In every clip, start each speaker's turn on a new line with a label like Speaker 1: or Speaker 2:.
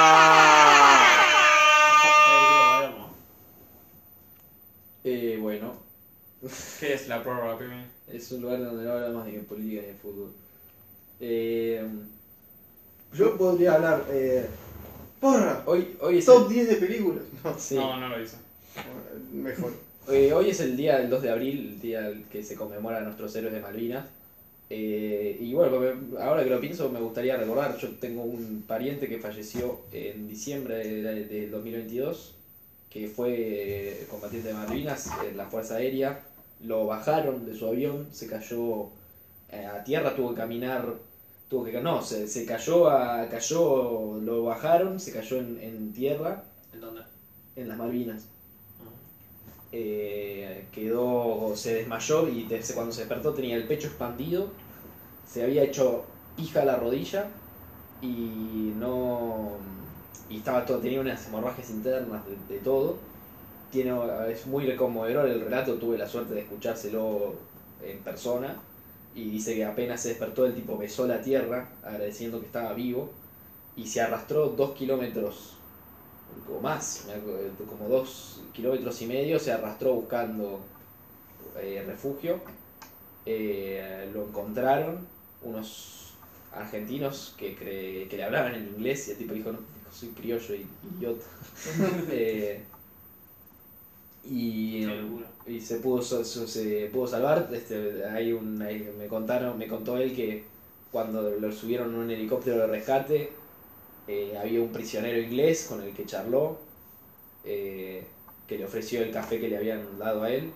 Speaker 1: ¡Prórroga! Eh, bueno,
Speaker 2: ¿Qué es la prórroga, pibe?
Speaker 1: es un lugar donde no hablamos ni de política ni de fútbol. Eh,
Speaker 3: Yo podría hablar. Eh, ¡Porra!
Speaker 1: hoy, hoy, es
Speaker 3: Top
Speaker 1: el,
Speaker 3: 10 de películas. No,
Speaker 1: sí.
Speaker 2: No, no lo hizo.
Speaker 3: mejor.
Speaker 1: Eh, hoy es el día del 2 de abril, el día al que se conmemora a nuestros héroes de Malvinas. Eh, y bueno, me- ahora que lo pienso, me gustaría recordar, yo tengo un pariente que falleció en diciembre del del 2022, que fue eh, combatiente de Malvinas en la Fuerza Aérea. Lo bajaron de su avión, se cayó eh, a tierra, tuvo que caminar, tuvo que... No, se, se cayó, a, cayó, lo bajaron, se cayó en- en tierra,
Speaker 2: ¿En dónde?
Speaker 1: en las Malvinas eh, quedó, se desmayó y desde cuando se despertó tenía el pecho expandido, se había hecho pija la rodilla y no y estaba todo, tenía unas hemorragias internas de, de todo. Tiene, es muy conmovedor el relato, tuve la suerte de escuchárselo en persona y dice que apenas se despertó el tipo besó la tierra agradeciendo que estaba vivo y se arrastró dos kilómetros o más, me acu- como dos kilómetros y medio, se arrastró buscando eh, refugio. Eh, lo encontraron unos argentinos que, cre- que le hablaban en inglés y el tipo dijo, no, dijo, soy criollo y idiota. Eh, y
Speaker 2: Qué locura.
Speaker 1: y se pudo so- so- se pudo salvar este hay un hay- me contaron me contó él que cuando lo subieron en un helicóptero de rescate eh, había un prisionero inglés con el que charló eh, que le ofreció el café que le habían dado a él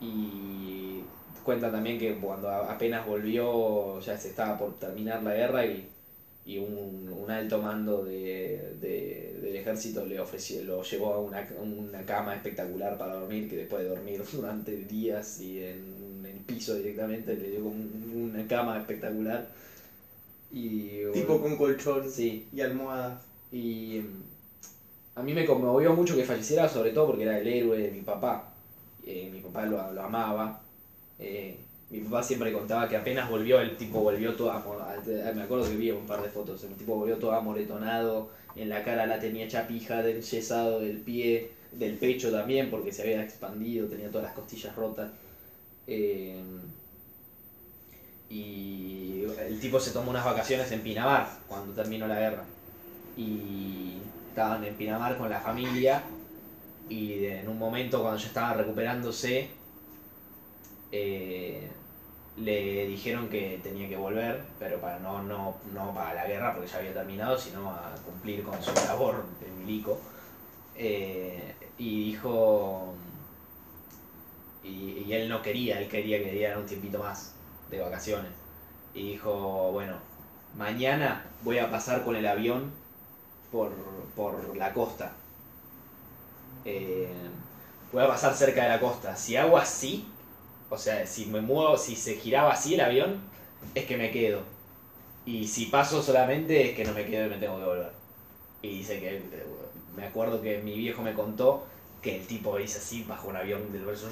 Speaker 1: y cuentan también que cuando a- apenas volvió ya se estaba por terminar la guerra y, y un, un alto mando de, de- del ejército le ofreció, lo llevó a una, una cama espectacular para dormir, que después de dormir durante días y en el piso directamente le dio un- una cama espectacular. Y,
Speaker 3: Tipo con colchón
Speaker 1: Sí,
Speaker 3: y almohadas.
Speaker 1: y mm, a mí me conmovió mucho que falleciera, sobre todo porque era el héroe de mi papá. Eh, mi papá lo, lo amaba. Eh, mi papá siempre contaba que apenas volvió, el tipo volvió todo amo- al- Me acuerdo que vi un par de fotos, el tipo volvió todo amoretonado, en la cara la tenía chapija, del yesado del pie, del pecho también, porque se había expandido, tenía todas las costillas rotas. Eh, y el tipo se tomó unas vacaciones en Pinamar cuando terminó la guerra y estaban en Pinamar con la familia y de- en un momento cuando ya estaba recuperándose eh, le dijeron que tenía que volver pero para no, no, no para la guerra porque ya había terminado sino a cumplir con su labor de milico Eh, y dijo y, y él no quería él quería que le dieran un tiempito más de vacaciones y dijo bueno mañana voy a pasar con el avión por, por la costa. Eh, voy a pasar cerca de la costa. Si hago así, o sea, si me muevo, si se giraba así el avión, es que me quedo. Y si paso solamente es que no me quedo y me tengo que volver. Y dice que, eh, me acuerdo que mi viejo me contó que el tipo hizo así, bajó un avión del verso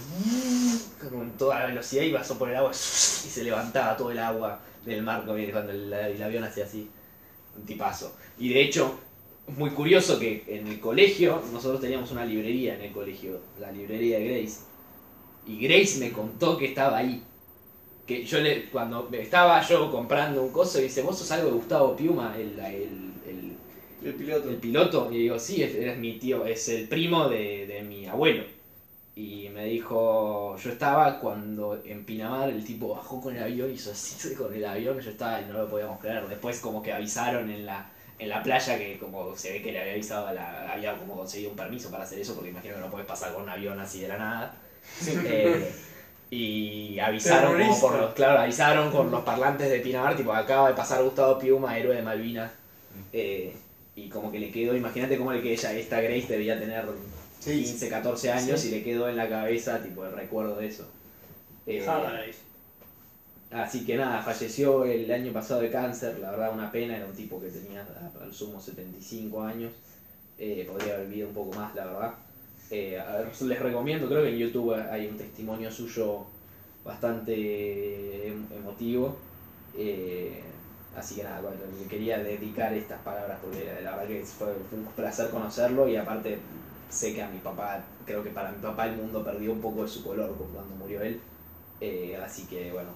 Speaker 1: con toda la velocidad y pasó por el agua y se levantaba todo el agua del mar cuando el, el avión hacía así. Un tipazo. Y de hecho, es muy curioso que en el colegio, nosotros teníamos una librería en el colegio, la librería de Grace. Y Grace me contó que estaba ahí. Que yo le, cuando estaba yo comprando un coso, dice, vos sos algo de Gustavo Piuma, el, el- el-
Speaker 3: El piloto.
Speaker 1: el piloto. Y digo, sí, es, es mi tío, es el primo de, de mi abuelo. Y me dijo, yo estaba cuando en Pinamar el tipo bajó con el avión, hizo así con el avión, yo estaba y no lo podíamos creer. Después como que avisaron en la, en la playa que como se ve que le había avisado, a la, había como conseguido un permiso para hacer eso, porque imagino que no puedes pasar con un avión así de la nada. Eh, y avisaron como
Speaker 3: Terrorista.
Speaker 1: por los, claro, avisaron con los parlantes de Pinamar, tipo acaba de pasar Gustavo Piuma, héroe de Malvinas. Eh, y como que le quedó, imagínate cómo le quedó ella, esta Grace debía tener
Speaker 3: Sí.
Speaker 1: 15, 14 años
Speaker 3: Sí.
Speaker 1: y le quedó en la cabeza tipo el recuerdo de eso. Eh,
Speaker 2: Paradise.
Speaker 1: así que nada, falleció el año pasado de cáncer, la verdad una pena, era un tipo que tenía a- al sumo 75 años, eh, podría haber vivido un poco más, la verdad. Eh, a ver, les recomiendo, creo que en YouTube hay un testimonio suyo bastante em- emotivo. Eh, Así que nada, bueno, le quería dedicar estas palabras porque la verdad que fue, fue un placer conocerlo y aparte sé que a mi papá, creo que para mi papá el mundo perdió un poco de su color cuando murió él. Eh, así que bueno,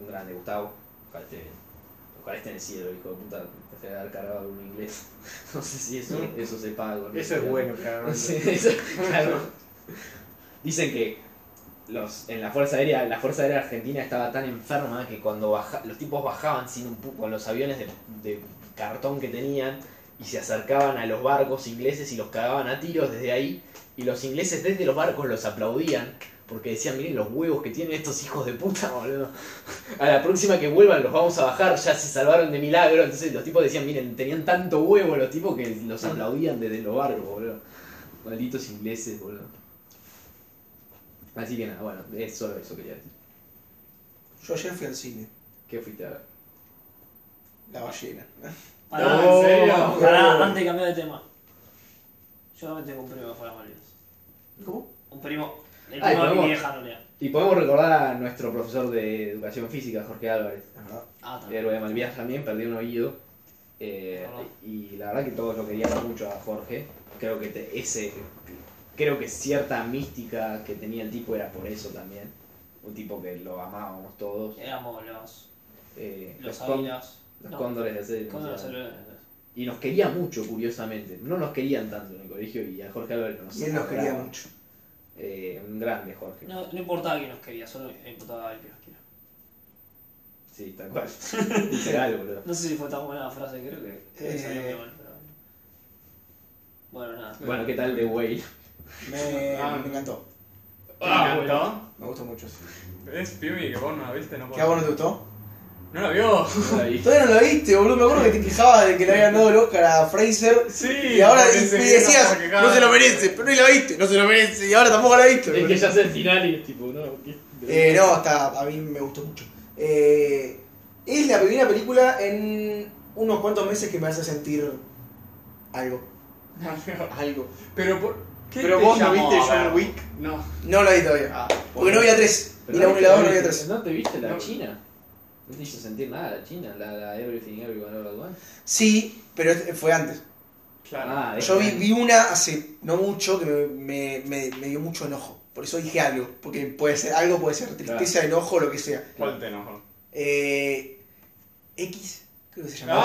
Speaker 1: un grande Gustavo. Ojalá esté, ojalá esté en el cielo, hijo de puta, te voy a haber cargado de un inglés. No sé si eso, eso se paga. con
Speaker 4: Eso
Speaker 1: el-
Speaker 4: es bueno, claro.
Speaker 1: Sí, eso- claro. Dicen que los, en la Fuerza Aérea, la Fuerza Aérea Argentina estaba tan enferma que cuando baja, los tipos bajaban sin un pu- con los aviones de, de cartón que tenían y se acercaban a los barcos ingleses y los cagaban a tiros desde ahí y los ingleses desde los barcos los aplaudían porque decían, miren los huevos que tienen estos hijos de puta, boludo. A la próxima que vuelvan los vamos a bajar, ya se salvaron de milagro. Entonces los tipos decían, miren, tenían tanto huevo los tipos que los aplaudían desde los barcos, boludo. Malditos ingleses, boludo. Así que nada, bueno, es solo eso quería decir.
Speaker 3: Yo ayer fui al cine.
Speaker 1: ¿Qué fuiste a ver?
Speaker 3: La ballena.
Speaker 5: Pará,
Speaker 2: No, ¿en serio?
Speaker 5: pará, antes de cambiar de tema. Yo también tengo un primo que fue a las Malvinas.
Speaker 3: ¿Cómo?
Speaker 5: Un primo. El primo
Speaker 1: Ay,
Speaker 5: de mi
Speaker 1: podemos-
Speaker 5: vieja no lea.
Speaker 1: Y podemos recordar a nuestro profesor de educación física, Jorge Álvarez,
Speaker 3: La verdad.
Speaker 5: Ah, también.
Speaker 1: héroe de Malvinas también, perdió un oído. Eh,
Speaker 5: Ah.
Speaker 1: y la verdad que todos lo queríamos mucho a Jorge. Creo que te- ese creo que cierta mística que tenía el tipo era por eso también. Un tipo que lo amábamos todos.
Speaker 5: Éramos los.
Speaker 1: Eh,
Speaker 5: Los
Speaker 1: cón-
Speaker 5: águilas.
Speaker 1: los
Speaker 5: no,
Speaker 1: cóndores de acero.
Speaker 5: cóndores azules.
Speaker 1: Y nos quería mucho, curiosamente. No nos querían tanto en el colegio y a Jorge Álvarez nos
Speaker 3: Y él nos quería
Speaker 1: adoraba.
Speaker 3: mucho.
Speaker 1: Eh, un grande Jorge.
Speaker 5: No, no importaba quién nos quería, solo importaba el que nos quiera.
Speaker 1: Sí, tal cual. Literal, boludo.
Speaker 5: No sé si fue tan buena la frase, creo que, creo que salió
Speaker 3: Eh.
Speaker 5: muy mal, pero. Bueno, nada.
Speaker 1: Bueno, ¿qué tal de Whale?
Speaker 3: Me,
Speaker 2: Ah.
Speaker 3: me encantó.
Speaker 2: Ah, bueno.
Speaker 3: Me gustó mucho. sí.
Speaker 2: Es Pimi que vos no la viste, no
Speaker 3: ¿Qué a vos no te
Speaker 2: puedo-
Speaker 3: gustó?
Speaker 2: No la vio.
Speaker 1: No la vi.
Speaker 3: Todavía no la viste, boludo. Me acuerdo que te quejabas de que le habían dado el Oscar a Fraser.
Speaker 2: Sí.
Speaker 3: Y ahora
Speaker 2: porque
Speaker 3: y,
Speaker 2: se
Speaker 3: y
Speaker 2: vino
Speaker 3: decías,
Speaker 2: porque cada-
Speaker 3: no se lo merece, pero ni la viste, no se lo merece, y ahora tampoco la viste.
Speaker 1: Es
Speaker 3: boludo.
Speaker 1: que ya sé el final y es tipo, no, ¿qué?
Speaker 3: Eh, no, hasta a mí me gustó mucho. Eh, es la primera película en unos cuantos meses que me hace sentir algo. Algo.
Speaker 2: Pero por. ¿qué
Speaker 4: Pero
Speaker 2: te
Speaker 4: vos no
Speaker 2: llamó
Speaker 4: viste
Speaker 2: a ver?
Speaker 4: John Wick.
Speaker 2: No.
Speaker 3: No la vi todavía.
Speaker 2: Ah,
Speaker 3: Porque no había tres. Ni la
Speaker 1: Pero
Speaker 3: 1 y la 2 no había
Speaker 1: viste-
Speaker 3: tres.
Speaker 1: ¿No te viste la
Speaker 2: No.
Speaker 1: China? No te hizo sentir nada la China, la, la Everything Everywhere All at Once. Ah,
Speaker 3: Sí, pero es- fue antes.
Speaker 2: claro.
Speaker 3: Yo vi,
Speaker 1: esta.
Speaker 3: vi una hace no mucho que me, me- me- me dio mucho enojo. Por eso dije algo. Porque puede ser, algo puede ser tristeza, enojo, lo que sea.
Speaker 2: ¿Cuál te enojó?
Speaker 3: Eh, X, creo que se llamaba.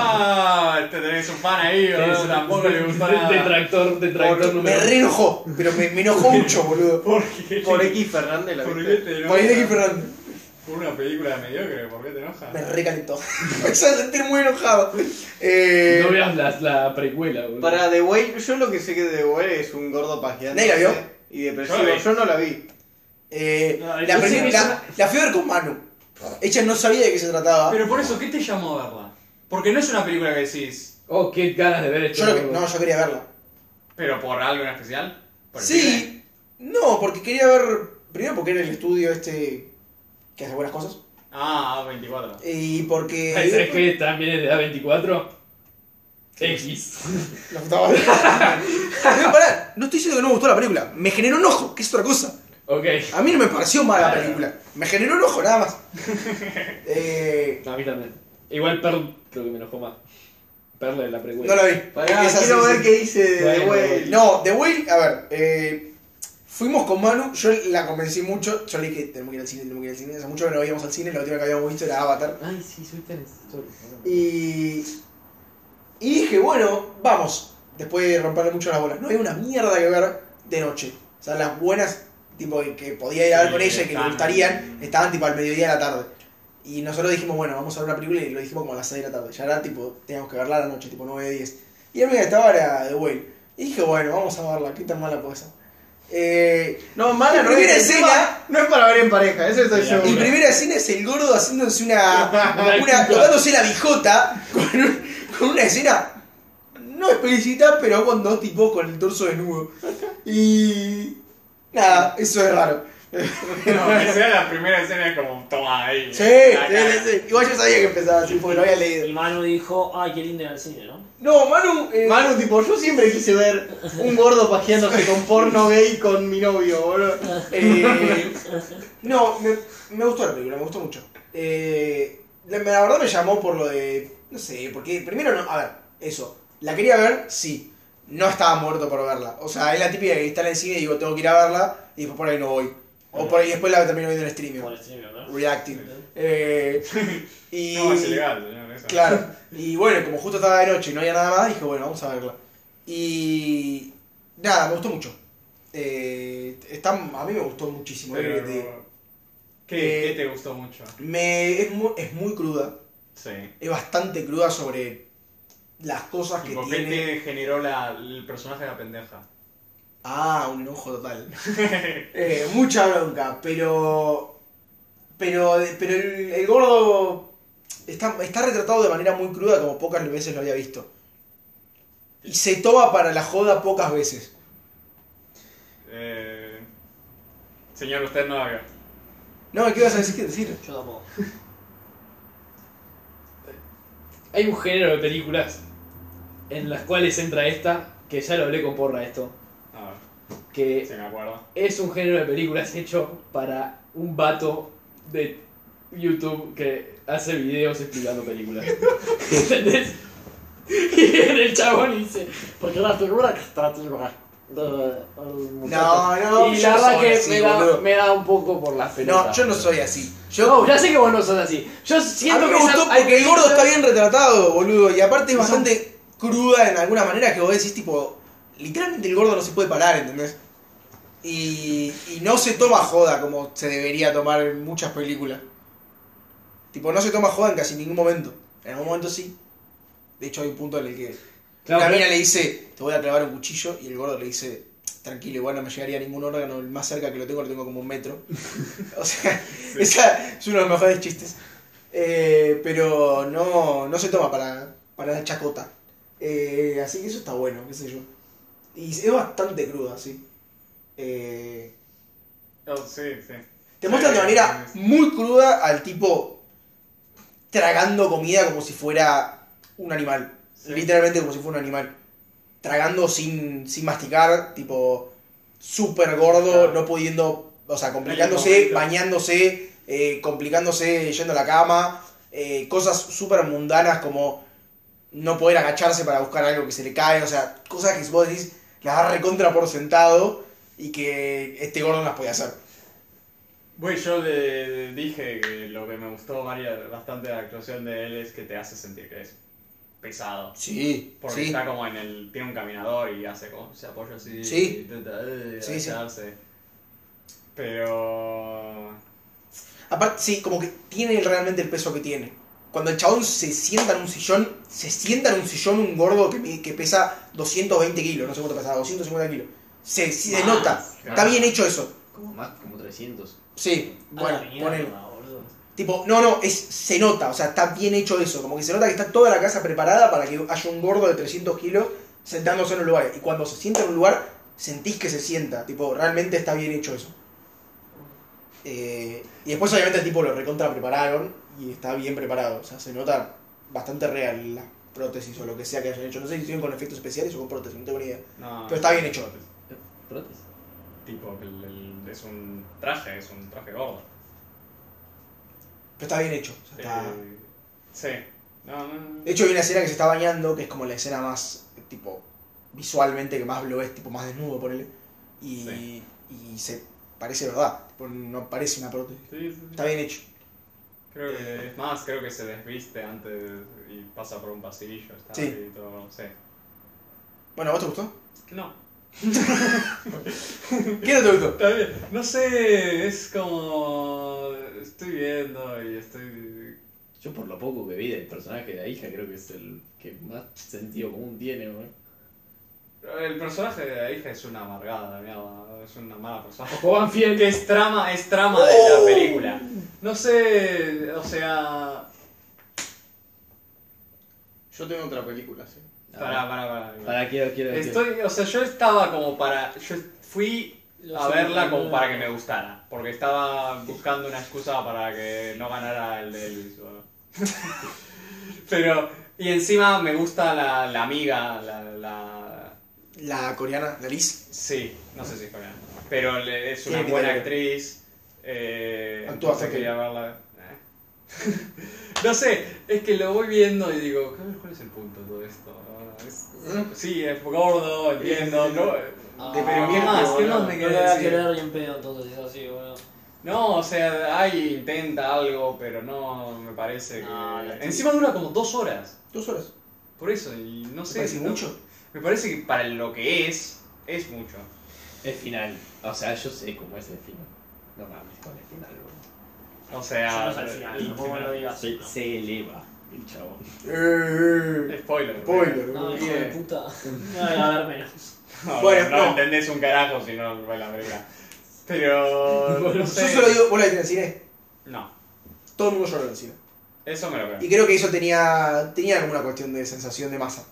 Speaker 2: Ah, te tenés un fan ahí,
Speaker 1: Ah,
Speaker 2: boludo. Tampoco le gustó nada.
Speaker 1: Detractor, detractor
Speaker 3: me
Speaker 1: número
Speaker 3: re enojó, pero me, me enojó mucho, boludo.
Speaker 2: ¿Por qué?
Speaker 4: Por X Fernández la
Speaker 2: ¿Por
Speaker 4: viste.
Speaker 2: qué te
Speaker 3: Por ahí de
Speaker 2: enoja?
Speaker 3: X Fernández.
Speaker 2: Por una película mediocre, ¿por qué te enoja?
Speaker 3: Me recalentó. Me hizo sentir muy enojado. Eh,
Speaker 1: No veas la, la precuela, boludo.
Speaker 4: Para The Whale, yo lo que sé que The Whale es un gordo pajeante.
Speaker 3: ¿Nadie la vio?
Speaker 4: Y depresivo.
Speaker 2: Yo la vi.
Speaker 4: Yo no la vi.
Speaker 3: eh,
Speaker 5: No,
Speaker 3: la,
Speaker 5: yo
Speaker 3: peli-
Speaker 5: sé que
Speaker 3: la- la fui a ver con Manu. Ella no sabía de qué se trataba.
Speaker 2: Pero por eso, ¿qué te llamó a verla? Porque no es una película que decís,
Speaker 1: Oh, qué ganas de ver esto.
Speaker 3: yo lo que-
Speaker 1: boludo.
Speaker 3: no, yo quería verla.
Speaker 2: pero por algo en especial. ¿Por el cine?
Speaker 3: Sí, no, porque quería ver. Primero porque era el estudio este que hace buenas cosas.
Speaker 2: Ah, 24.
Speaker 3: Y porque.
Speaker 1: Ay, ¿Sabes qué? También es de A24. X.
Speaker 3: La puta madre. Pero pará, no estoy diciendo que no me gustó la película. Me generó enojo, que es otra cosa.
Speaker 1: Ok.
Speaker 3: A mí no me pareció mala la
Speaker 1: Claro.
Speaker 3: película. Me generó enojo, nada más. Eh,
Speaker 1: A mí también. Igual Pearl creo que me enojó más. Pearl es la precuela.
Speaker 3: no la vi.
Speaker 4: Pará,
Speaker 3: Esa
Speaker 4: quiero
Speaker 3: sí,
Speaker 4: ver
Speaker 3: sí.
Speaker 4: qué dice The
Speaker 1: Bueno,
Speaker 4: Whale.
Speaker 3: No, The Whale, a ver, eh, fuimos con Manu, yo la convencí mucho, yo le dije, tenemos que ir al cine, tenemos que ir al cine, hace mucho que no íbamos al cine, la última que habíamos visto era Avatar.
Speaker 1: Ay, sí, soy tan... sorry.
Speaker 3: Y, y dije, bueno, vamos, después de romperle mucho las bolas, no hay una mierda que ver de noche. O sea, las buenas, tipo, que- que podía ir a ver
Speaker 2: Sí,
Speaker 3: con ella y que me
Speaker 2: están.
Speaker 3: gustarían, estaban tipo al mediodía de la tarde. Y nosotros dijimos, bueno, vamos a ver una película y lo dijimos como a las 6 de la tarde. Ya era tipo, teníamos que verla a la noche, tipo 9 10. Y la única que estaba era The Whale. Y dije, bueno, vamos a verla, qué tan mala puede ser. Eh,
Speaker 4: No, mala
Speaker 3: La
Speaker 4: no
Speaker 3: primera
Speaker 4: es.
Speaker 3: escena-
Speaker 4: Encima, No es para ver en pareja, eso estoy
Speaker 1: Mira,
Speaker 4: seguro.
Speaker 3: y primera escena es el gordo haciéndose una. una
Speaker 1: culpa.
Speaker 3: tocándose la bijota con, un- con una escena. No explícita, pero con dos tipos con el torso desnudo. Y. Nada, eso es raro.
Speaker 2: No, que sea la primera escena es como, toma ahí.
Speaker 3: Sí,
Speaker 2: la
Speaker 3: sí,
Speaker 2: cara.
Speaker 3: sí, sí. Igual yo sabía que empezaba así porque lo había leído.
Speaker 5: Y Manu dijo, ay, qué lindo era el cine, ¿no?
Speaker 3: No, Manu. eh,
Speaker 4: Manu, tipo, yo siempre quise ver un gordo pajeándose con porno gay con mi novio, boludo.
Speaker 3: Eh, no, me, me gustó la película, me gustó mucho. Eh, La, la verdad me llamó por lo de. No sé, porque primero no. A ver, eso. La quería ver, sí. No estaba muerto por verla. O sea, es la típica que está en el cine y digo, tengo que ir a verla y después por ahí no voy. O por ahí después la termino viendo en streaming.
Speaker 5: Por el streaming, ¿no?
Speaker 3: Reacting. Eh, y.
Speaker 2: No, es ilegal, señor. eso.
Speaker 3: Claro. Y bueno, como justo estaba de noche y no había nada más, dije, bueno, vamos a verla. Y. Nada, me gustó mucho. Eh, está, a mí me gustó muchísimo.
Speaker 2: Pero-
Speaker 3: eh, de-
Speaker 2: ¿Qué,
Speaker 3: Eh,
Speaker 2: ¿Qué te gustó mucho?
Speaker 3: me, es, muy, es muy cruda.
Speaker 2: Sí.
Speaker 3: Es bastante cruda sobre las cosas que
Speaker 2: Tipo, ¿Qué
Speaker 3: tiene.
Speaker 2: te generó la, el personaje de la pendeja?
Speaker 3: Ah, un enojo total. Eh, mucha bronca, pero. Pero, pero el, el gordo está, está retratado de manera muy cruda, como pocas veces lo había visto. Y se toma para la joda pocas veces.
Speaker 2: Eh, señor, usted no haga.
Speaker 3: No, ¿qué ibas a decir? ¿Qué decir?
Speaker 5: Yo tampoco. Ah,
Speaker 1: Hay un género de películas en las cuales entra esta, que ya lo hablé con Porra esto,
Speaker 2: A ver,
Speaker 3: Eh.
Speaker 1: que
Speaker 2: si me acuerdo.
Speaker 1: es un género de películas hecho para un vato de YouTube que hace videos explicando películas. ¿Entendés? Y viene el chabón y dice...
Speaker 4: Porque la figura que está típica.
Speaker 3: No, no,
Speaker 1: y
Speaker 3: yo
Speaker 1: la
Speaker 3: no
Speaker 1: verdad
Speaker 3: soy
Speaker 1: que
Speaker 3: así,
Speaker 1: me da,
Speaker 3: boludo.
Speaker 1: me da un poco por las pelotas.
Speaker 3: No, yo no soy así. Yo,
Speaker 1: No, ya sé que vos no sos así. Yo
Speaker 3: a
Speaker 1: siento
Speaker 3: mí me
Speaker 1: que esas-
Speaker 3: gustó
Speaker 1: hay
Speaker 3: porque el gordo está
Speaker 1: películas-
Speaker 3: bien retratado, boludo. Y aparte es
Speaker 1: Son-
Speaker 3: bastante cruda en alguna manera que vos decís, tipo, literalmente el gordo no se puede parar, ¿entendés? Y, y no se toma joda como se debería tomar en muchas películas. Tipo, no se toma joda en casi ningún momento. En algún momento sí. De hecho, hay un punto en el que
Speaker 1: Claro,
Speaker 3: la
Speaker 1: pero-
Speaker 3: mina le dice, te voy a clavar un cuchillo, y el gordo le dice, tranquilo, igual no me llegaría a ningún órgano, el más cerca que lo tengo lo tengo como un metro. o sea, esa es uno de los mejores chistes. Eh, pero no, no se toma para, para la chacota. Eh, así que eso está bueno, qué sé yo. Y es bastante cruda, sí. Eh,
Speaker 2: Oh, sí, sí.
Speaker 3: te muestran de manera muy cruda al tipo tragando comida como si fuera un animal.
Speaker 2: Sí.
Speaker 3: Literalmente como si fuera un animal. Tragando sin, sin masticar, tipo súper gordo,
Speaker 2: Claro.
Speaker 3: no pudiendo, o sea,
Speaker 2: Ahí
Speaker 3: complicándose,
Speaker 2: no, ahí no.
Speaker 3: bañándose, eh, complicándose yendo a la cama, eh, cosas súper mundanas como no poder agacharse para buscar algo que se le cae, o sea, cosas que vos decís, las das recontra por sentado y que este gordo no las podía hacer.
Speaker 2: Güey, yo le le dije que lo que me gustó María, bastante de la actuación de él es que te hace sentir que es pesado.
Speaker 3: Sí,
Speaker 2: Porque
Speaker 3: sí.
Speaker 2: está como en el. Tiene un caminador y hace como. Se apoya así.
Speaker 3: Sí.
Speaker 2: y Intenta. eh,
Speaker 3: Sí, sí.
Speaker 2: agacharse. Pero.
Speaker 3: Aparte, sí, como que tiene realmente el peso que tiene. Cuando el chabón se sienta en un sillón, se sienta en un sillón un gordo que, mi- que pesa 220 kilos, no sé cuánto pesaba, 250 kilos. Se, se
Speaker 1: Más,
Speaker 3: nota, está
Speaker 2: claro.
Speaker 3: bien hecho eso.
Speaker 1: Como más, como 300.
Speaker 3: Sí, bueno,
Speaker 5: Ah, la mierda,
Speaker 3: ponele.
Speaker 5: boludo.
Speaker 3: Tipo, no, no, es, se nota, o sea, está bien hecho eso. Como que se nota que está toda la casa preparada para que haya un gordo de 300 kilos sentándose en un lugar. Y cuando se sienta en un lugar, sentís que se sienta. Tipo, realmente está bien hecho eso. Eh, y después, obviamente, el tipo lo recontra prepararon y está bien preparado. O sea, se nota bastante real las prótesis o lo que sea que hayan hecho. No sé si hicieron con efectos especiales o con prótesis, no tengo ni idea.
Speaker 2: No,
Speaker 3: Pero está bien hecho.
Speaker 1: ¿Prótesis?
Speaker 2: Tipo, el- el- es un traje, es un traje gordo.
Speaker 3: Pero está bien hecho. o sea, está-
Speaker 2: Eh, sí. No, no, no.
Speaker 3: De hecho, hay una escena que se está bañando, que es como la escena más, eh, tipo, visualmente que más lo es, tipo, más desnudo, por él. Y,
Speaker 2: Sí.
Speaker 3: y se parece verdad, tipo, no parece una prótesis.
Speaker 2: Sí, sí, sí.
Speaker 3: Está bien hecho.
Speaker 2: Creo que es más, creo que se desviste antes y pasa por un pasillo, está
Speaker 3: Sí.
Speaker 2: ahí y todo, sí.
Speaker 3: Bueno, ¿a vos te gustó?
Speaker 2: No,
Speaker 3: ¿Qué no te gustó?
Speaker 2: está bien. No sé, es como estoy viendo y estoy
Speaker 1: Yo por lo poco que vi del personaje de la hija creo que es el que más sentido común tiene, güey.
Speaker 2: el personaje de la hija es una amargada, mierda, es una mala persona.
Speaker 1: Juan Fiel
Speaker 2: Que es trama, es trama de la película. No sé, o sea,
Speaker 4: Yo tengo otra película, sí.
Speaker 2: para para para.
Speaker 1: Para quiero, quiero, quiero.
Speaker 2: Estoy, o sea, yo estaba como para yo fui
Speaker 5: Lo
Speaker 2: a
Speaker 5: sé,
Speaker 2: verla como
Speaker 5: boludo.
Speaker 2: para que me gustara. Porque estaba buscando una excusa para que no ganara el de Elvis. boludo. Pero, y encima me gusta la, la amiga, la, la-
Speaker 3: La coreana, la Liz,
Speaker 2: Sí, no sé si es coreana. Pero le- es una
Speaker 3: Tiene que
Speaker 2: buena
Speaker 3: tener-
Speaker 2: actriz. Eh,
Speaker 3: Actúa
Speaker 2: entonces
Speaker 3: bastante
Speaker 2: quería verla. eh, No sé, es que lo voy viendo y digo, "A ver, ¿cuál es el punto de todo esto? Ah, es- sí, es gordo, entiendo, no, pero ¿qué más? ¿Qué más me
Speaker 5: Ah, No
Speaker 2: querés
Speaker 5: le voy a
Speaker 2: decir?
Speaker 5: querer ni en pedo entonces, es así, boludo.
Speaker 2: No, o sea, ahí intenta algo, pero no me parece que.
Speaker 5: No, la-
Speaker 2: Encima dura como dos horas.
Speaker 3: Dos horas.
Speaker 2: Por eso, y no
Speaker 3: ¿Te
Speaker 2: sé.
Speaker 3: parece
Speaker 2: no-
Speaker 3: mucho?
Speaker 2: Me parece que para lo que es, es mucho.
Speaker 1: El final. O sea, yo sé cómo es el final. No mames con el final, boludo.
Speaker 2: O
Speaker 5: Eso
Speaker 2: sea.
Speaker 5: no es al final, no puedo que lo digas.
Speaker 1: Se, se eleva el chavo.
Speaker 3: Eh,
Speaker 2: Spoiler.
Speaker 3: Spoiler.
Speaker 5: No,
Speaker 3: boludo.
Speaker 5: hijo de
Speaker 2: Bien.
Speaker 5: puta. No, a ver menos.
Speaker 2: No,
Speaker 3: Bueno,
Speaker 2: no,
Speaker 3: no.
Speaker 2: entendés un carajo si no ves la película. Pero. no
Speaker 3: Yo
Speaker 2: sé.
Speaker 3: solo digo, vos la viste en el cine.
Speaker 2: No,
Speaker 3: Todo el mundo lloró en el cine.
Speaker 2: eso me lo
Speaker 3: Y
Speaker 2: creo.
Speaker 3: creo que eso tenía, tenía alguna cuestión de sensación de masa.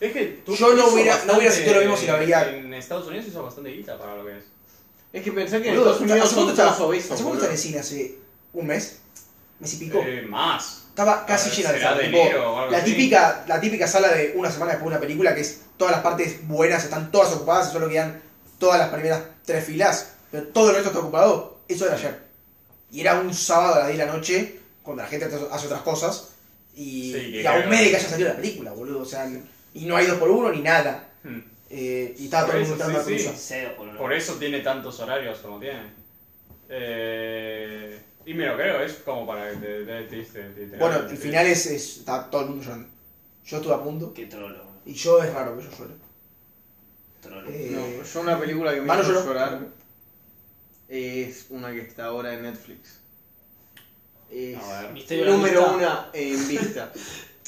Speaker 2: Es que tú.
Speaker 3: Yo no
Speaker 2: hizo
Speaker 3: hubiera- no hubiera
Speaker 2: bastante-
Speaker 3: sido lo mismo si la vería-
Speaker 2: En Estados Unidos hizo bastante guita para lo que es.
Speaker 4: Es que pensé que en
Speaker 3: Boludo,
Speaker 4: Estados Unidos
Speaker 3: ¿hace cuánto
Speaker 4: son
Speaker 3: está-
Speaker 4: todos obesos,
Speaker 3: ¿Hace cuánto
Speaker 4: boludo.
Speaker 3: está en el cine? ¿Hace un mes? ¿Mes y pico?
Speaker 2: Eh, más.
Speaker 3: Estaba casi
Speaker 2: A ver,
Speaker 3: llena de
Speaker 2: será
Speaker 3: sala.
Speaker 2: de
Speaker 3: tipo,
Speaker 2: enero o algo
Speaker 3: la,
Speaker 2: así.
Speaker 3: típica, la típica sala de una semana después de una película que es todas las partes buenas, están todas ocupadas, solo quedan todas las primeras tres filas, pero todo el resto está ocupado. Eso era ayer. Y era un sábado a las 10 de la noche, cuando la gente hace otras cosas, y,
Speaker 2: Sí, que
Speaker 3: y a un
Speaker 2: creo.
Speaker 3: mes de que haya salido la película, boludo. O sea, y no hay dos por uno ni nada.
Speaker 2: Hmm.
Speaker 3: Eh, y estaba todo
Speaker 2: Por
Speaker 3: el mundo
Speaker 2: eso,
Speaker 3: entrando a
Speaker 2: sí,
Speaker 3: la
Speaker 2: sí.
Speaker 3: cruza.
Speaker 5: Cedo, por lo
Speaker 2: Por
Speaker 5: menos.
Speaker 2: eso tiene tantos horarios como tiene. Eh, y me lo creo, es como para que te te des triste. literalmente.
Speaker 3: Bueno, el final es, es- está todo el mundo llorando. Yo estuve a punto,
Speaker 5: Qué trolo, boludo.
Speaker 3: y yo es raro que yo llore.
Speaker 5: Trolo.
Speaker 3: Eh,
Speaker 4: No, yo una película que me
Speaker 3: Manu
Speaker 4: hizo
Speaker 3: lloró.
Speaker 4: llorar es una que está ahora en Netflix. Es
Speaker 2: A ver.
Speaker 5: Misterio a la
Speaker 4: número
Speaker 5: vista.
Speaker 4: una en vista.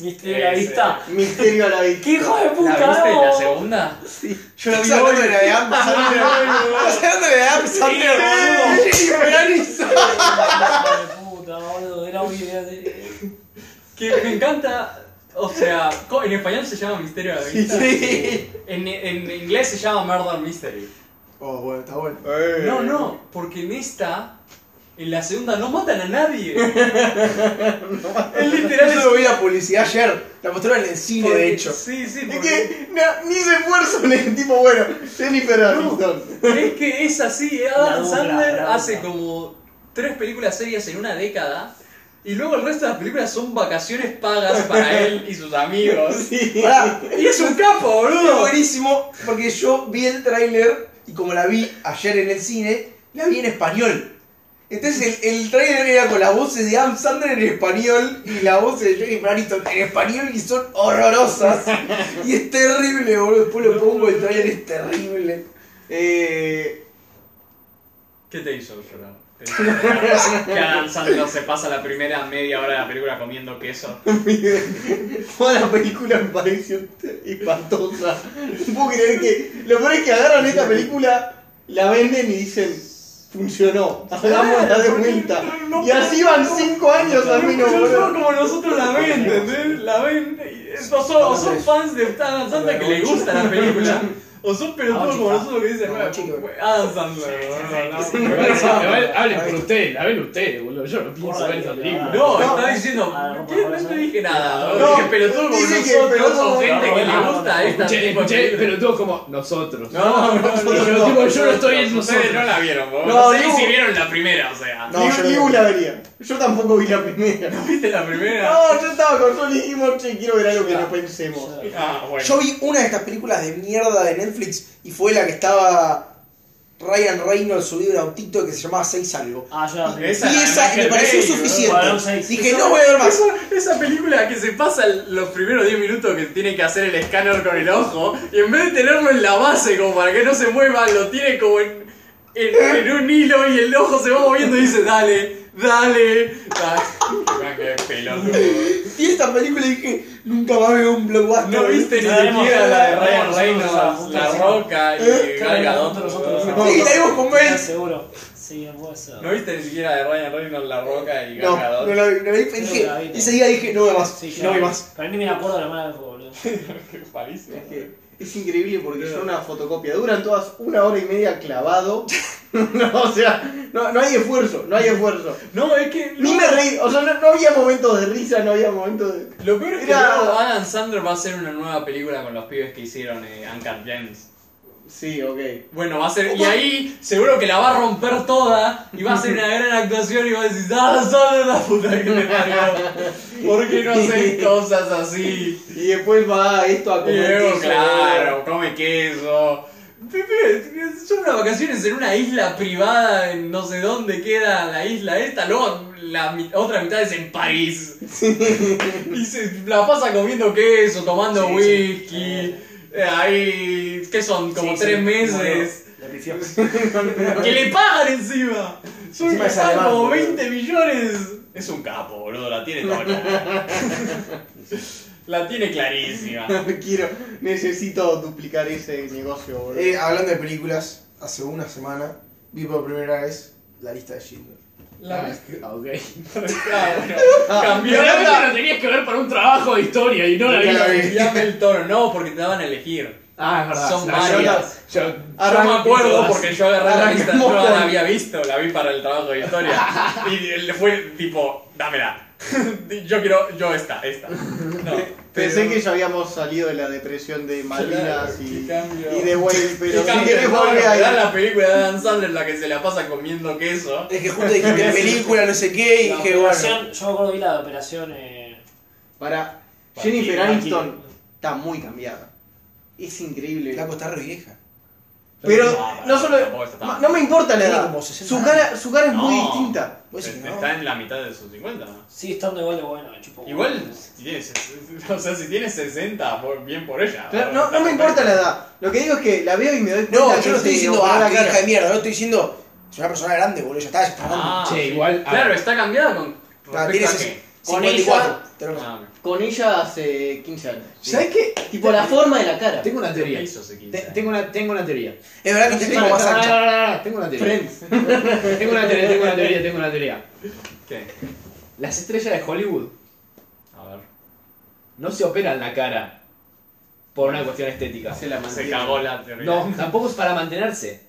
Speaker 5: Misterio de la vista.
Speaker 4: Misterio a la vista.
Speaker 5: ¡Qué hijo de puta!
Speaker 2: ¿La viste
Speaker 5: no!
Speaker 2: la segunda?
Speaker 4: Sí.
Speaker 2: Yo la vi
Speaker 3: Estás hablando de la de ambos,
Speaker 2: Yo la vi hoy,
Speaker 3: Estás hablando de la de ambos,
Speaker 2: boludo.
Speaker 5: Hijo de puta, boludo. Era un video de...
Speaker 2: Que me encanta. O sea, co- en español se llama Misterio a la Vista.
Speaker 4: Sí.
Speaker 2: En, en inglés se llama Murder Mystery.
Speaker 3: Oh, bueno, está bueno.
Speaker 2: No, no, porque en esta, en la segunda, no matan a nadie. Es literal.
Speaker 3: Yo lo vi la publicidad ayer. La mostraron en el cine,
Speaker 2: porque-
Speaker 3: de hecho.
Speaker 2: Sí, sí,
Speaker 4: Es
Speaker 2: porque-
Speaker 4: que na- ni se esfuerzan el tipo bueno. Jennifer Aniston.
Speaker 2: Es que es así, ¿eh? Adam
Speaker 5: La dura,
Speaker 2: Sandler
Speaker 5: la dura.
Speaker 2: hace como tres películas serias en una década y luego el resto de las películas son vacaciones pagas para él y sus amigos.
Speaker 4: Sí.
Speaker 3: Pará,
Speaker 2: Y es un capo,
Speaker 3: es
Speaker 2: boludo.
Speaker 3: buenísimo porque yo vi el tráiler y como la vi ayer en el cine, la vi en español. Entonces el, el tráiler era con las voces de Adam Sandler en español y las voces de Jennifer Aniston en español y son horrorosas. Y es terrible, boludo. Después lo pongo, el tráiler es terrible.
Speaker 4: Eh,
Speaker 2: ¿Qué te hizo llorar? Te hizo llorar Que Adam Sandler se pasa la primera media hora de la película comiendo queso.
Speaker 4: toda la película me pareció espantosa. No puedo creer que. Lo peor es que agarran esta película, la venden y dicen. Funcionó,
Speaker 5: Ah,
Speaker 4: hagámosla de vuelta.
Speaker 2: no,
Speaker 4: y así van
Speaker 2: no.
Speaker 4: 5 años al menos, boludo.
Speaker 2: como nosotros la ven, ¿entendés? La ven. y- No son, o son fans de Adam Sandler que le gusta la película. O son pelotudos como nosotros que dicen,
Speaker 3: No, chico.
Speaker 2: Adam Sandler, boludo, no, no".
Speaker 6: Hablen hablen por ustedes, la ven ustedes, boludo. Yo no pienso
Speaker 5: Porra,
Speaker 6: ver esa
Speaker 5: que-
Speaker 6: película.
Speaker 2: No,
Speaker 4: No.
Speaker 2: estaba diciendo,
Speaker 5: Ah, no,
Speaker 2: ¿qué?
Speaker 5: por
Speaker 2: no
Speaker 5: favor,
Speaker 2: te
Speaker 5: no.
Speaker 2: dije nada.
Speaker 4: No,
Speaker 2: Dije pelotudo como
Speaker 4: dice que
Speaker 2: nosotros,
Speaker 4: pelotudo
Speaker 2: o gente
Speaker 5: como
Speaker 2: que le
Speaker 5: nosotros.
Speaker 2: gusta esta
Speaker 6: Escuché,
Speaker 2: tipo de
Speaker 6: escuché,
Speaker 2: películas.
Speaker 6: pero todos como nosotros.
Speaker 2: No, no,
Speaker 6: Pero
Speaker 2: no,
Speaker 6: tipo,
Speaker 2: no,
Speaker 6: yo no estoy en
Speaker 2: Ustedes no
Speaker 6: nosotros.
Speaker 2: la vieron, vos.
Speaker 4: No,
Speaker 2: No, sé ni
Speaker 4: digo-
Speaker 2: si vieron la primera, o sea.
Speaker 3: No,
Speaker 4: ni,
Speaker 3: yo
Speaker 4: ni
Speaker 3: no-
Speaker 4: una vería. Yo tampoco vi la primera. No,
Speaker 2: ¿Viste la primera?
Speaker 4: yo estaba con Sol y dijimos, che, quiero ver algo que no pensemos.
Speaker 5: Yo-
Speaker 2: Ah, bueno.
Speaker 3: Yo vi una de estas películas de mierda de Netflix y fue la que estaba Ryan Reynolds subido en un autito que se llamaba Seis Algo.
Speaker 5: Ah, yo la vi.
Speaker 2: Esa
Speaker 3: y
Speaker 2: la
Speaker 3: esa
Speaker 2: de
Speaker 3: me pareció
Speaker 5: boludo.
Speaker 2: Michael Bay,
Speaker 5: Para
Speaker 3: suficiente.
Speaker 5: un
Speaker 3: Dije,
Speaker 5: seis.
Speaker 3: no voy a ver más.
Speaker 2: Esa, esa película que se pasa el- los primeros 10 minutos que tiene que hacer el escáner con el ojo, y en vez de tenerlo en la base como para que no se mueva, lo tiene como en, en-
Speaker 3: ¿Eh?
Speaker 2: en un hilo y el ojo se va moviendo y dice, dale, dale, dale. Qué pelotudo.
Speaker 3: Y esta película dije, nunca más veo un blockbuster.
Speaker 2: No viste ni
Speaker 5: No, hemos-
Speaker 2: siquiera la de
Speaker 5: no,
Speaker 2: Ryan
Speaker 5: nosotros
Speaker 2: Reynolds,
Speaker 5: somos
Speaker 2: La
Speaker 5: putas,
Speaker 2: Roca y
Speaker 3: ¿Eh?
Speaker 2: Gal Gadot.
Speaker 5: Nosotros, nosotros
Speaker 2: boludo.
Speaker 5: somos-
Speaker 3: Sí, la vimos con Mel.
Speaker 5: Seguro. Sí, puede ser.
Speaker 2: No viste ni siquiera la de Ryan Reynolds, La Roca y Gal
Speaker 3: No,
Speaker 2: Gadot.
Speaker 3: no la vi, no la vi. Dije,
Speaker 5: la vi, no.
Speaker 3: ese día dije, no veo más.
Speaker 5: Sí, yo
Speaker 3: no
Speaker 5: la
Speaker 3: vi
Speaker 5: vi.
Speaker 3: más.
Speaker 5: Pero ni me acuerdo de la mala que fue, boludo.
Speaker 2: Qué malísimo.
Speaker 4: Es que es increíble porque son una fotocopia. Duran todas una hora y media clavado. no, o sea, no, no hay esfuerzo, no hay esfuerzo.
Speaker 2: No, es que...
Speaker 4: Ni me reí, o sea, no, no había momentos de risa, no había momentos de.
Speaker 2: Lo peor es que
Speaker 4: Era-
Speaker 2: luego Adam Sandler va a hacer una nueva película con los pibes que hicieron eh, Uncut Gems.
Speaker 4: Sí, ok.
Speaker 2: Bueno, va a ser. Y ahí seguro que la va a romper toda y va a ser una gran actuación y va a decir, ¡ah, solo la puta que me parió! ¿Por qué no hacéis cosas así?
Speaker 4: Y después va esto a comer
Speaker 2: Diego,
Speaker 4: queso.
Speaker 2: claro, come queso. Pepe, son unas vacaciones en una isla privada, en no sé dónde queda la isla esta, luego la mi- otra mitad es en París. Y se la pasa comiendo queso, tomando
Speaker 3: Sí, sí.
Speaker 2: whisky. eh, Ahí, ¿qué son? Como
Speaker 5: Sí,
Speaker 2: tres
Speaker 5: sí,
Speaker 2: meses.
Speaker 5: boludo, La pifió.
Speaker 2: Que le pagan encima. Son
Speaker 3: Encima es
Speaker 2: pagan
Speaker 3: alemán,
Speaker 2: como
Speaker 3: boludo.
Speaker 2: 20 millones. Es un capo, boludo, la tiene toda clara. La tiene clarísima.
Speaker 4: Quiero, necesito duplicar ese negocio, boludo.
Speaker 3: Eh, hablando de películas, hace una semana vi por primera vez la lista de Schindler.
Speaker 2: La...
Speaker 1: Ah, ok.
Speaker 2: Ah, bueno, cambió
Speaker 1: Pero realmente lo tenías que ver para un trabajo de historia y no la
Speaker 3: Nunca la
Speaker 1: vi.
Speaker 3: vi.
Speaker 2: Cambiame el tono, no, porque te daban a elegir.
Speaker 1: Ah, es verdad.
Speaker 2: Son
Speaker 1: No, yo
Speaker 2: varias.
Speaker 1: la- yo-
Speaker 2: Ahora me acuerdo porque yo agarré la
Speaker 4: Arrancamos
Speaker 2: lista, no
Speaker 4: con-
Speaker 2: la había visto, la vi para el trabajo de historia. Y le fue tipo, dámela. Yo quiero, yo esta, esta. No,
Speaker 4: Pensé
Speaker 2: pero-
Speaker 4: que ya habíamos salido de la depresión de Malvinas
Speaker 2: Claro,
Speaker 4: y,
Speaker 2: qué cambio.
Speaker 4: y de Wayne, pero
Speaker 2: Y
Speaker 4: si
Speaker 2: cambia,
Speaker 4: querés
Speaker 2: no,
Speaker 4: volver
Speaker 2: me da
Speaker 4: ahí.
Speaker 2: la película de Dan Sandler la que se la pasa comiendo queso.
Speaker 3: Es que justo dijiste película, no sé qué, y
Speaker 5: La
Speaker 3: dije, bueno.
Speaker 5: operación, yo me acuerdo vi la de operación. Eh,
Speaker 4: Para Jennifer
Speaker 5: Vampiro,
Speaker 4: Aniston
Speaker 5: vampiro.
Speaker 4: está muy cambiada. Es increíble.
Speaker 3: La costa re vieja.
Speaker 4: Pero
Speaker 2: No, para,
Speaker 4: no solo.
Speaker 2: tampoco está tan-
Speaker 4: ma- No me importa la
Speaker 3: Tiene
Speaker 4: edad.
Speaker 3: como 60
Speaker 4: Su cara, su cara es muy
Speaker 2: No.
Speaker 4: distinta.
Speaker 3: Vos decís que no.
Speaker 2: Está en la mitad de sus 50, ¿no?
Speaker 5: sigue estando igual de bueno, me chupo. huevo.
Speaker 2: Igual, si tiene, ses- o sea, si tiene 60, por- bien por ella.
Speaker 4: Claro, No, no me importa la edad. Lo que digo es que la veo y me doy cuenta.
Speaker 3: No, yo no
Speaker 4: que se
Speaker 3: estoy diciendo,
Speaker 4: operó
Speaker 3: ah,
Speaker 4: la
Speaker 3: qué
Speaker 4: cara.
Speaker 3: hija de mierda, no estoy diciendo, es una persona grande, boludo, ya está, ya está grande.
Speaker 2: Ah,
Speaker 1: Che, igual, a
Speaker 2: Claro,
Speaker 1: ver.
Speaker 2: está cambiada con.
Speaker 3: Ah,
Speaker 2: respecto
Speaker 3: tiene
Speaker 2: a
Speaker 3: ese-
Speaker 2: qué.
Speaker 5: Con
Speaker 3: 54. tenés razón.
Speaker 2: Ah, ok.
Speaker 4: Con ella hace 15 años.
Speaker 1: ¿Sabes qué?
Speaker 4: Tipo la forma de la cara.
Speaker 1: Tengo una
Speaker 2: ¿Qué
Speaker 1: teoría.
Speaker 2: hizo hace 15
Speaker 1: Te-
Speaker 2: años?
Speaker 1: Tengo una, tengo una teoría.
Speaker 3: Es verdad que es
Speaker 1: Tengo
Speaker 3: como más
Speaker 1: una-
Speaker 3: ancha.
Speaker 1: no, no, no, no, tengo una teoría.
Speaker 4: Friends.
Speaker 1: Tengo una teoría, tengo una teoría, tengo una teoría.
Speaker 2: ¿Qué?
Speaker 1: Las estrellas de Hollywood
Speaker 2: A ver.
Speaker 1: no se operan la cara por una cuestión estética.
Speaker 4: Se la
Speaker 2: Se
Speaker 4: mantiene.
Speaker 2: cagó la teoría.
Speaker 1: No, tampoco es para mantenerse.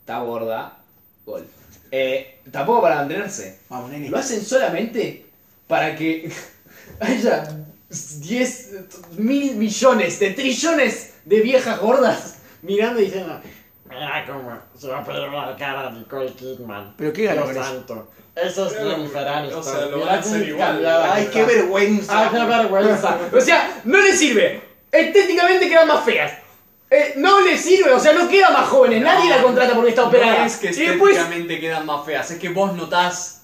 Speaker 1: Está gorda. Gol. Eh, tampoco para mantenerse.
Speaker 3: Vamos, nene.
Speaker 1: Lo hacen solamente para que haya 10 mil millones de trillones de viejas gordas mirando y diciendo. "Ah,
Speaker 7: Mira cómo se va a poner la cara de Nicole Kidman.
Speaker 3: Pero qué ganó
Speaker 7: Dios
Speaker 3: con eso.
Speaker 7: santo. Eso es
Speaker 2: Claro,
Speaker 7: Jennifer Aniston.
Speaker 2: o sea, lo
Speaker 7: Mirá
Speaker 2: van a hacer
Speaker 7: cómo
Speaker 2: igual.
Speaker 7: cambiaba
Speaker 4: Ay,
Speaker 7: está.
Speaker 4: qué
Speaker 1: Ah,
Speaker 4: vergüenza.
Speaker 7: Ay, qué vergüenza.
Speaker 1: O sea, no le sirve. Estéticamente quedan más feas. Eh, no le sirve, o sea, no quedan más jóvenes. Nadie la contrata porque está operada.
Speaker 2: No es que
Speaker 1: y después,
Speaker 2: estéticamente quedan más feas, es que vos notás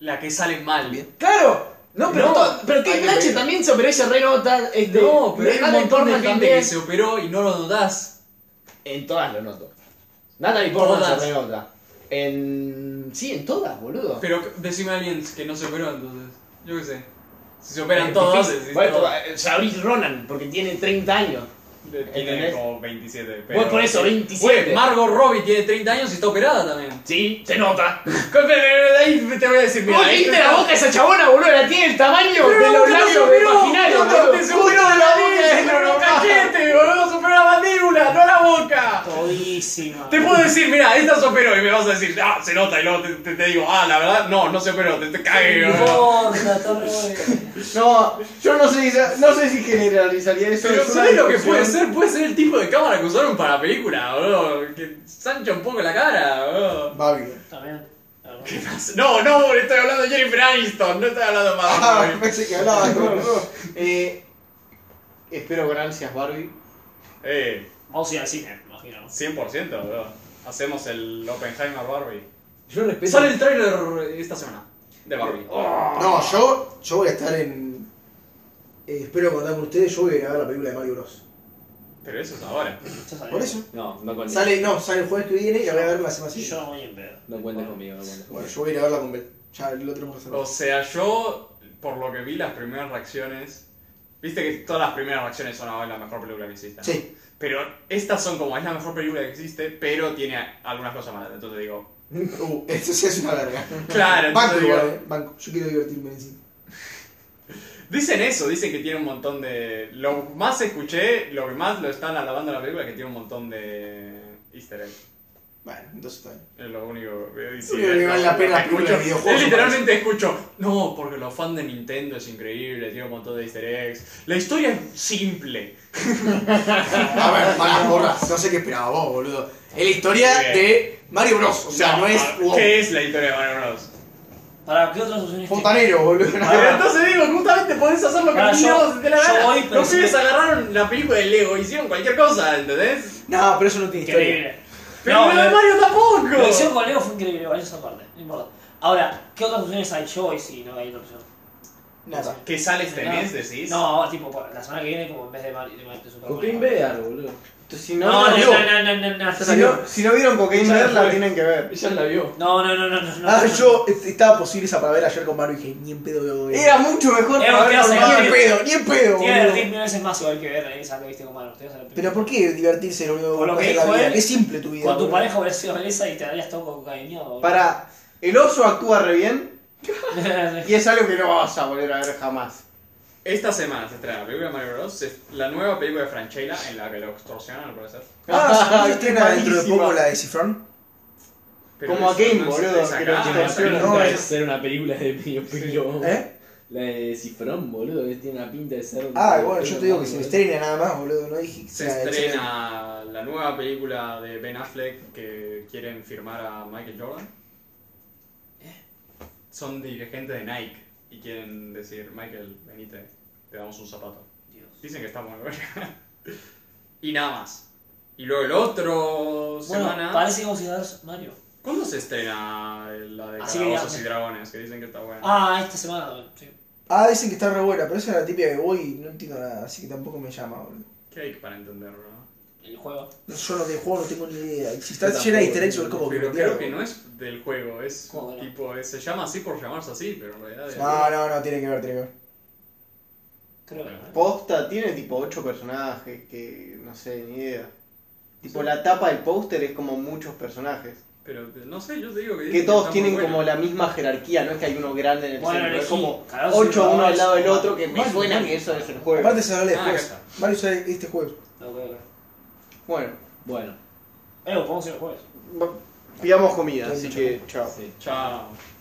Speaker 2: la que salen mal.
Speaker 1: claro. No, pero,
Speaker 2: No,
Speaker 1: to- pero
Speaker 4: hay
Speaker 1: que
Speaker 4: que
Speaker 1: Nacho
Speaker 4: ver.
Speaker 1: también se operó y se renota. Este,
Speaker 2: No, pero hay un
Speaker 1: Natalie
Speaker 2: montón de
Speaker 1: Portman
Speaker 2: gente
Speaker 1: también.
Speaker 2: que se operó y no lo notás.
Speaker 1: En todas lo noto. Natalie Portman
Speaker 2: Todas.
Speaker 1: se renota. En... Sí, en todas, boludo.
Speaker 2: Pero decime a alguien que no se operó entonces. Yo qué sé. Si se
Speaker 1: Es
Speaker 2: operan todos,
Speaker 1: difícil.
Speaker 2: decís,
Speaker 1: Bueno,
Speaker 2: no,
Speaker 1: eh, Saoirse Ronan, porque tiene 30 años.
Speaker 2: tiene
Speaker 1: ¿entendés?
Speaker 2: como 27.
Speaker 1: Bueno, por eso, 27.
Speaker 2: Güey, Margot Robbie tiene 30 años y está operada también.
Speaker 1: Sí, se nota.
Speaker 2: Pero, pero, ahí te voy a decir, mira,
Speaker 1: Vos
Speaker 2: esto
Speaker 1: viste
Speaker 2: está-
Speaker 1: la boca de esa chabona, boludo, la tiene el tamaño de
Speaker 2: la
Speaker 1: los
Speaker 2: boca no se
Speaker 1: labios
Speaker 2: operó,
Speaker 1: vaginales,
Speaker 2: no,
Speaker 1: boludo.
Speaker 2: te se operó
Speaker 4: Justo
Speaker 2: la
Speaker 4: la boca
Speaker 2: nariz,
Speaker 4: dentro,
Speaker 2: no,
Speaker 4: no.
Speaker 2: cachete, boludo, se operó la mandíbula, no la boca.
Speaker 5: Todísima.
Speaker 2: Te puedo decir, mira, esta se operó y me vas a decir, ah, se nota, y luego te, te- te digo, ah, la verdad, no, no se operó, te, te cague,
Speaker 5: No
Speaker 2: boludo.
Speaker 5: importa, está re bueno.
Speaker 4: No, yo no sé, no sé si generalizaría eso.
Speaker 2: Pero
Speaker 4: es una
Speaker 2: ¿sabes lo que
Speaker 4: discusión.
Speaker 2: puede ser? Puede ser el tipo de cámara que usaron para la película, boludo. Que sancha un poco la cara, boludo.
Speaker 3: Babylon.
Speaker 5: También. la verdad.
Speaker 2: No, no, estoy hablando de Jennifer Aniston, no estoy hablando de Margot
Speaker 3: Ah,
Speaker 2: Robbie.
Speaker 3: pensé que hablaba boludo.
Speaker 4: Eh, espero con ansias Barbie.
Speaker 2: Eh,
Speaker 5: Vamos a ir al cine, imagino.
Speaker 2: 100%, boludo. Hacemos el Oppenheimer Barbie.
Speaker 1: Yo respeto.
Speaker 2: Sale el tráiler esta semana de
Speaker 3: Eh,
Speaker 2: Barbie.
Speaker 3: oh. No, yo, yo voy a estar en. eh, espero contar con ustedes, yo voy a ir a ver la película de Mario Bros.
Speaker 2: Pero eso es ahora.
Speaker 5: Esto es
Speaker 3: Por
Speaker 5: algo.
Speaker 3: eso.
Speaker 1: No, no cuentes.
Speaker 3: Sale, no, sale el jueves que viene y la voy a ver la semana
Speaker 5: Yo
Speaker 3: siguiente.
Speaker 5: no voy en pedo.
Speaker 1: No cuentes conmigo, no
Speaker 3: Bueno,
Speaker 1: cuentes conmigo.
Speaker 3: yo Oh. voy a ir a verla con Bel. Ya lo tenemos que hacer.
Speaker 2: O sea, yo, por lo que vi las primeras reacciones, viste que todas las primeras reacciones son "Ah, es la mejor película que existe. ¿no?
Speaker 3: Sí.
Speaker 2: Pero estas son como, es la mejor película que existe, pero tiene algunas cosas malas. Entonces digo,
Speaker 3: Uh, esto sí es una verga.
Speaker 2: claro,
Speaker 3: Banco
Speaker 2: entonces
Speaker 3: igual,
Speaker 2: digo,
Speaker 3: eh. Banco. Yo quiero divertirme en cine.
Speaker 2: dicen eso, dicen que tiene un montón de... Lo más escuché, lo que más lo están alabando de la película, que tiene un montón de easter eggs.
Speaker 3: Bueno, entonces está bien.
Speaker 2: Es lo único que
Speaker 3: Lo único que vale la pena las películas
Speaker 2: escucho.
Speaker 3: de videojuegos,
Speaker 2: Yo literalmente escucho, no, porque los fans de Nintendo es increíble, tiene un montón de easter eggs. La historia es simple.
Speaker 3: A ver, para borras, no sé qué esperaba vos, boludo. Es la historia
Speaker 2: Bien.
Speaker 3: de Mario Bros. O sea, no, Ah, es. wow,
Speaker 2: ¿Qué es la historia de Mario Bros?
Speaker 5: ¿Para qué otras opciones tiene?
Speaker 3: Fontanero, boludo.
Speaker 2: Pero entonces digo, justamente podés hacer lo que
Speaker 5: Ahora, Ah, yo-
Speaker 2: quieras, te la
Speaker 5: yo
Speaker 2: gana.
Speaker 5: voy, pero
Speaker 2: Los
Speaker 5: si
Speaker 2: pibes
Speaker 5: me-
Speaker 2: agarraron la película de Lego, hicieron cualquier cosa, ¿entendés?
Speaker 3: No, pero eso no tiene historia.
Speaker 5: Increíble.
Speaker 2: Pero
Speaker 5: No,
Speaker 2: lo de
Speaker 5: lo-
Speaker 2: Mario
Speaker 5: Lo que hicieron
Speaker 2: tampoco.
Speaker 5: con Leo fue increíble, igual eso aparte, no importa. Ahora, ¿qué otras opciones hay? Yo voy si no hay otra opción.
Speaker 3: Nada.
Speaker 2: ¿Qué sales tenés, decís?
Speaker 5: No, tipo, por- la semana que viene como en vez de Mario, de, Mario- de Super
Speaker 6: Cocaine
Speaker 5: Mario.
Speaker 6: Bear, boludo.
Speaker 4: Entonces, si no,
Speaker 5: No, no,
Speaker 4: la vio-
Speaker 5: no, no, no, no, no,
Speaker 4: si
Speaker 5: no,
Speaker 4: no- si no vieron Cocaine
Speaker 6: Ya
Speaker 4: Bear, la
Speaker 6: fue.
Speaker 4: tienen que ver.
Speaker 6: Ella la vio.
Speaker 5: no, no, no, no, no.
Speaker 3: Ah,
Speaker 5: no.
Speaker 3: yo estaba posible esa para ver ayer con Mario y dije, ni en pedo veo eso.
Speaker 4: Era mucho mejor
Speaker 5: Era un
Speaker 4: para ver
Speaker 5: clásico.
Speaker 4: con
Speaker 3: Ni en
Speaker 4: Mario.
Speaker 3: pedo, ni en pedo,
Speaker 5: Tiene que divertir
Speaker 3: boludo.
Speaker 5: mil veces más igual que ver, ahí esa que viste con Mario. te vas a la película.
Speaker 3: Pero ¿por qué divertirse, boludo?
Speaker 5: Por lo que
Speaker 3: hacer la
Speaker 5: dijo
Speaker 3: vida?
Speaker 5: él,
Speaker 3: Qué simple tu vida.
Speaker 5: Con tu
Speaker 3: boludo.
Speaker 5: pareja hubieras sido esa y te darías todo con cariño.
Speaker 4: Para, el oso actúa re bien y es algo que no vas a volver a ver jamás.
Speaker 2: Esta semana se estrena la película de Mario Bros. se- La nueva película de Franchella en la que lo extorsionan al parecer.
Speaker 3: Ah, ¿no se estrena
Speaker 4: Qué
Speaker 3: dentro de
Speaker 4: malísima.
Speaker 3: poco la de Cifrón?
Speaker 4: Como
Speaker 2: eso
Speaker 4: a Game,
Speaker 2: no
Speaker 4: boludo,
Speaker 2: se saca,
Speaker 4: que
Speaker 2: Ah,
Speaker 4: lo
Speaker 2: no se
Speaker 4: extorsionan.
Speaker 2: saca.
Speaker 3: No,
Speaker 6: Pinta de
Speaker 3: es-
Speaker 6: ser una película de medio pelo.
Speaker 3: ¿Eh?
Speaker 6: La de Cifrón, boludo, que tiene una pinta de ser.
Speaker 3: Ah, bueno, yo te digo que se me estrena nada más, boludo. No dije que
Speaker 2: Se
Speaker 3: sea excelente.
Speaker 2: estrena la nueva película de Ben Affleck que quieren firmar a Michael Jordan.
Speaker 4: Eh.
Speaker 2: Son dirigentes de Nike y quieren decir, Michael, venite, te damos un zapato. Dicen que está bueno. y nada más. Y luego el otro semana...
Speaker 5: Bueno, parece que vamos a ir a ver Mario.
Speaker 2: ¿Cuándo se estrena la de
Speaker 5: Así que Ah, ya-
Speaker 2: Calabozos y Dragones? Que dicen que está buena.
Speaker 5: Ah, esta semana también, sí.
Speaker 3: Ah, dicen que está re buena, pero esa es la típica que voy y no entiendo nada, así que tampoco me llama, boludo.
Speaker 2: Cake para entenderlo. ¿no?
Speaker 5: El juego.
Speaker 3: Yo no de juego no tengo ni idea. Y Si
Speaker 6: Yo
Speaker 3: está
Speaker 6: tampoco,
Speaker 3: llena de easter eggs,
Speaker 6: boludo.
Speaker 3: es como que
Speaker 2: Pero
Speaker 3: me
Speaker 2: creo
Speaker 3: pierdo.
Speaker 2: que no es del juego, es
Speaker 5: ¿Cómo que no?
Speaker 2: tipo, es- se llama así por llamarse así, pero en realidad es-
Speaker 3: No, no, no, tiene que ver, tiene que ver.
Speaker 5: Creo que no. ¿eh?
Speaker 4: Posta, tiene tipo 8 personajes que no sé, ni idea. Tipo, la tapa del póster es como muchos personajes.
Speaker 2: Pero no sé, yo te digo que.
Speaker 4: Que
Speaker 2: dicen
Speaker 4: todos
Speaker 2: está
Speaker 4: tienen
Speaker 2: muy bueno. Ah,
Speaker 4: como la misma jerarquía, no es que hay uno grande en el
Speaker 5: Bueno,
Speaker 4: centro,
Speaker 5: elegí
Speaker 4: es como
Speaker 5: Calabozos y
Speaker 4: 8 uno al
Speaker 5: Dragones.
Speaker 4: lado del otro que me
Speaker 3: Mario,
Speaker 4: suena
Speaker 3: Mario.
Speaker 4: que eso es el juego.
Speaker 3: Aparte se sale
Speaker 2: Ah, acá
Speaker 3: después.
Speaker 2: está.
Speaker 3: Mario sale este juego.
Speaker 5: No, creo que no.
Speaker 4: Bueno,
Speaker 6: Bueno,
Speaker 5: Eh, podemos ir el jueves.
Speaker 4: pidamos comida, así
Speaker 3: Chao.
Speaker 4: que chao.
Speaker 6: sí.
Speaker 2: Chao.